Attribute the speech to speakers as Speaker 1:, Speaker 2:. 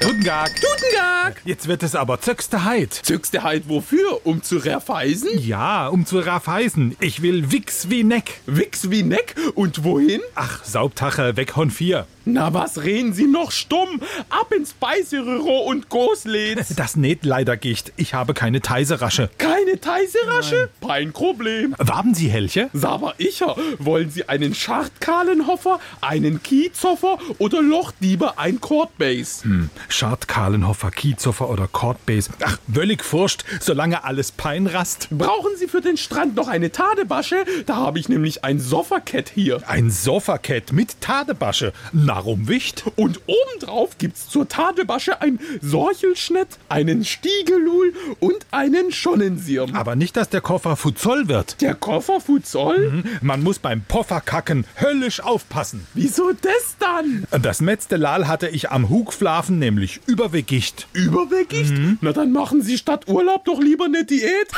Speaker 1: Tutengag.
Speaker 2: Tutengag!
Speaker 1: Jetzt wird es aber zöckste Heid.
Speaker 2: Zückste halt wofür? Um zu raffeisen?
Speaker 1: Ja, um zu raffeisen. Ich will Wix wie Neck.
Speaker 2: Wix wie Neck? Und wohin?
Speaker 1: Ach, Saubtache, weg von vier.
Speaker 2: Na, was reden Sie noch stumm? Ab ins Speiseröhre und Goslitz.
Speaker 1: Das näht leider Gicht. Ich habe keine Teiserasche.
Speaker 2: Keine Teiserasche? Kein Problem.
Speaker 1: Waben Sie Helche?
Speaker 2: Saber Icher, wollen Sie einen Schachtkahlenhoffer, einen Kiezhoffer oder Lochdieber ein Cordbase?
Speaker 1: Schad, Kahlenhoffer, Kiezhofer oder Cordbase. Ach, völlig furcht, solange alles peinrast.
Speaker 2: Brauchen Sie für den Strand noch eine Tadebasche? Da habe ich nämlich ein Soffercat hier.
Speaker 1: Ein Sofaket mit Tadebasche. Narum wicht?
Speaker 2: Und obendrauf gibt's zur Tadebasche ein Sorchelschnitt, einen Stiegelul und einen Schonnensirm.
Speaker 1: Aber nicht, dass der Koffer futzoll wird.
Speaker 2: Der Koffer Futsol?
Speaker 1: Man muss beim Pofferkacken höllisch aufpassen.
Speaker 2: Wieso das dann?
Speaker 1: Das letzte Lal hatte ich am Hugflafen, nämlich überwegicht.
Speaker 2: Überwägigt? Na dann machen Sie statt Urlaub doch lieber eine Diät.